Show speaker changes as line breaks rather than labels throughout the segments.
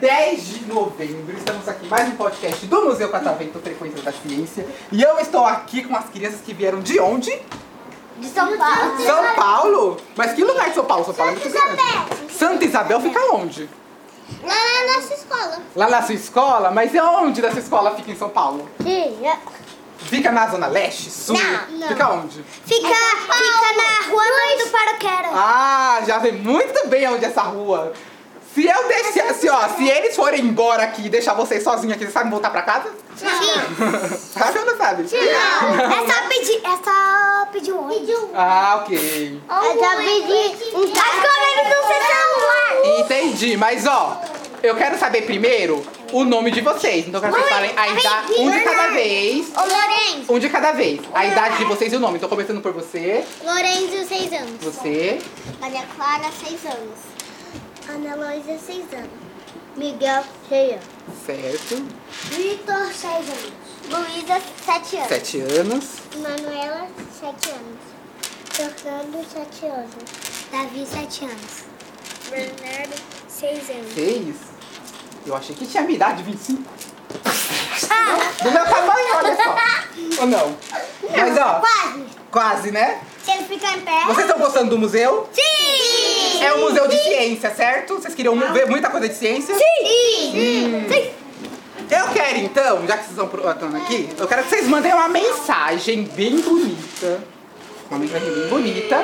Dia 10 de novembro, estamos aqui em mais um podcast do Museu Catavento Frequência da Ciência. E eu estou aqui com as crianças que vieram de onde?
De São Paulo.
São Paulo? Mas que lugar de São Paulo? São Paulo é muito
Santa
grande.
Isabel.
Santa Isabel fica onde?
Lá na é nossa escola.
Lá na sua escola? Mas é onde da sua escola fica em São Paulo?
é?
Fica na Zona Leste? Sul?
Não, não.
Fica onde?
Fica, fica na rua Mãe do Paroquera.
Ah, já vem muito bem onde é essa rua. Se eu deixar, se, ó, se eles forem embora aqui e deixar vocês sozinhos aqui, vocês sabem voltar pra casa?
Sim.
Sabe ou não sabe?
É só pedir, é só pedir um ônibus.
Ah, ok.
É só pedir um táxi. Mas como eles não celular?
Entendi, mas ó, eu quero saber primeiro o nome de vocês. Então eu quero que vocês
Mãe,
falem a
vem
idade.
aqui.
Um de cada vez.
Ô, Lourenço.
Um de cada vez. A idade de vocês e o nome. Então começando por você.
Lourenço, 6 anos.
Você.
Maria Clara, 6 anos. Ana Luísa, 6 anos. Miguel, 6 anos.
Certo.
Vitor, 6 anos. Luísa, 7 anos.
Sete anos.
Manuela, 7 anos. Fernando, 7 anos. Davi, 7 anos. Bernardo, 6 anos.
Seis. Eu achei que tinha minha idade, 25. Do meu tamanho, olha só. Ou não? Mas ó,
Quase.
quase, né?
Se ele ficar em pé.
Vocês estão gostando do museu?
Sim!
É um museu de ciência, certo? Vocês queriam ver muita coisa de ciência?
Sim! Sim!
Eu quero então, já que vocês estão pro- estão aqui, eu quero que vocês mandem uma mensagem bem bonita. Uma mensagem bem bonita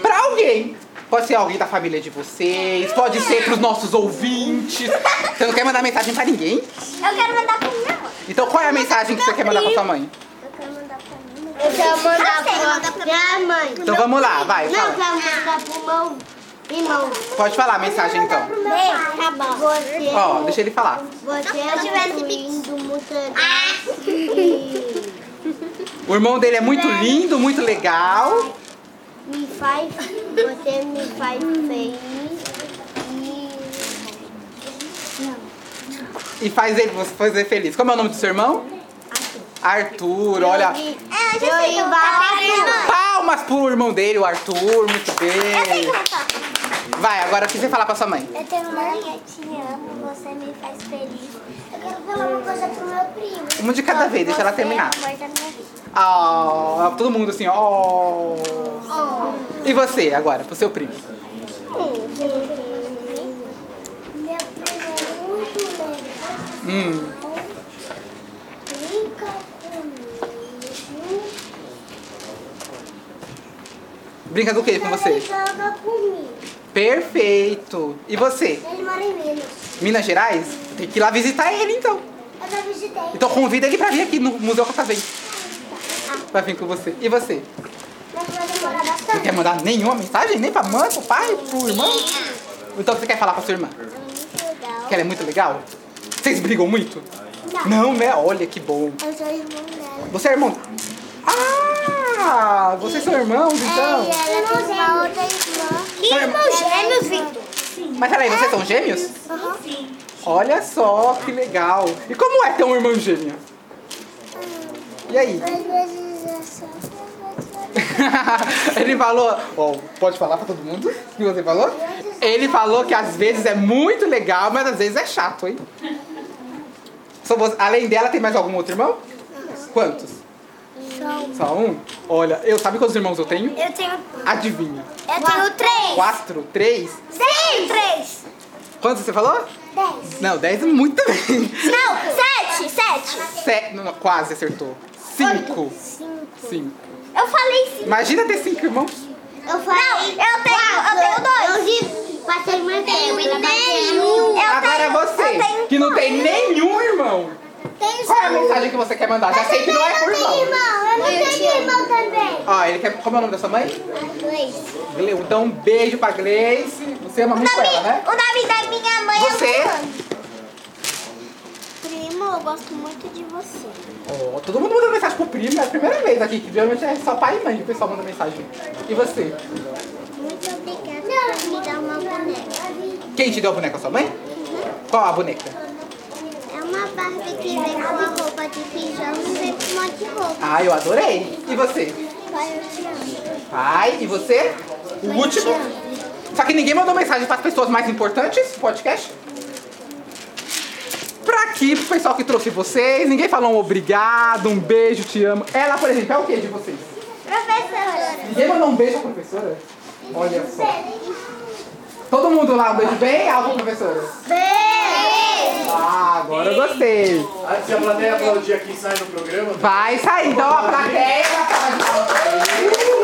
pra alguém. Pode ser alguém da família de vocês, pode ser pros nossos ouvintes. Você não quer mandar mensagem pra ninguém?
Eu quero mandar pra minha mãe.
Então qual é a mensagem que você quer mandar pra sua mãe?
Eu quero mandar pra minha mãe. Eu quero mandar Ah, pra tá. minha mãe.
Então vamos lá, vai, fala.
mandar pro meu irmão.
Pode falar a mensagem então.
Bem, tá bom. Você,
Ó, deixa ele falar.
você é Ah! muito lindo, muito legal.
O irmão dele é muito lindo, muito legal.
me faz, você me faz feliz e
E faz ele você fazer feliz. Como é o nome do seu irmão? Arthur, olha.
é, eu já sei eu
Palmas pro irmão dele, o Arthur, muito bem. Vai, agora o que você falar pra sua mãe?
eu tenho mãe, eu te amo, você me faz feliz. Eu quero falar uma coisa pro meu primo. é
Um de cada vez, deixa ela terminar. Ah, todo mundo assim, ó. E você agora, pro seu primo?
é Meu primo é muito legal.
Hum,
Brinca comigo.
brinca do que com
Ele
você?
joga comigo.
Perfeito. E você?
Ele mora em Minas.
Minas Gerais? Tem que ir lá visitar ele então.
Eu já visitei.
Então convida ele pra vir aqui no Museu Catavento. Pra vir com você. E você?
Ah, Mas vai demorar
Não
bastante.
quer mandar nenhuma mensagem? Nem pra mãe, pro pai, pro irmão? Então o que você quer falar pra sua irmã?
Muito legal.
Que ela é muito legal? Vocês brigam muito? Não, né? Olha que bom.
Eu sou irmão dela.
Você é irmão? Ah! Vocês são irmãos então?
É, e ela tem uma outra irmã. é
São irmãos.
gêmeos, Vitor?
Mas peraí, vocês
É.
são gêmeos?
Sim.
Olha só que legal. E como é ter um irmão gêmeo? E aí?
Às vezes é só... Às
Ele falou. Ó, pode falar pra todo mundo o que você falou? Ele falou que às vezes é muito legal, mas às vezes é chato, hein? Só você- Além dela, tem mais algum outro irmão? Quantos?
Só
Só um? Olha, eu sabe quantos irmãos eu tenho?
Eu tenho...
Adivinha.
Eu tenho três.
Quatro? Três?
Sim. Três.
Quantos você falou?
Dez.
Não, dez é muito bem.
Não, sete. Sete.
Sete. Não, não, quase acertou. Cinco.
Cinco.
Cinco.
Eu falei cinco.
Imagina ter cinco irmãos.
Eu falei. Não, eu tenho, eu tenho dois. Eu passei mais tenho nenhum. Eu
Agora é
tenho, Eu
você,
tenho um
que não tem nenhum irmão.
Tenho
Qual é a mensagem que você quer mandar? Já sei que não é por irmão.
Eu não tenho irmão também.
Ó, ele quer. Como é o nome da sua mãe?
Dois.
Gleu. Então, um beijo pra Gleice. Você ama
O
muito ela,
nome,
né?
o nome da minha mãe
Você?
é Luana. Primo, eu gosto muito de você.
Ó, todo mundo manda mensagem pro primo, é a primeira vez aqui, que geralmente é só pai e mãe que o pessoal manda mensagem. E você?
Muito obrigada por me dar uma boneca.
Quem te deu a boneca?
Uhum.
Sua mãe? Qual a boneca?
É uma Barbie que vem com uma roupa de
Ah, eu adorei. E você?
Pai, eu te amo.
Pai, e você? O
Mãe, eu te
último.
amo.
Só que ninguém mandou mensagem para as pessoas mais importantes do podcast. Pra aqui, pro pessoal que trouxe vocês, ninguém falou um obrigado, um beijo, te amo. Ela, por exemplo, é o que de vocês?
Professora.
Ninguém mandou um beijo à professora? Olha só. Todo mundo lá, um beijo bem alto, professora.
Beijo.
Ah, agora eu gostei.
Antes de a plateia aplaudir aqui sai no programa,
Vai sair, então, a plateia. vai falar de novo.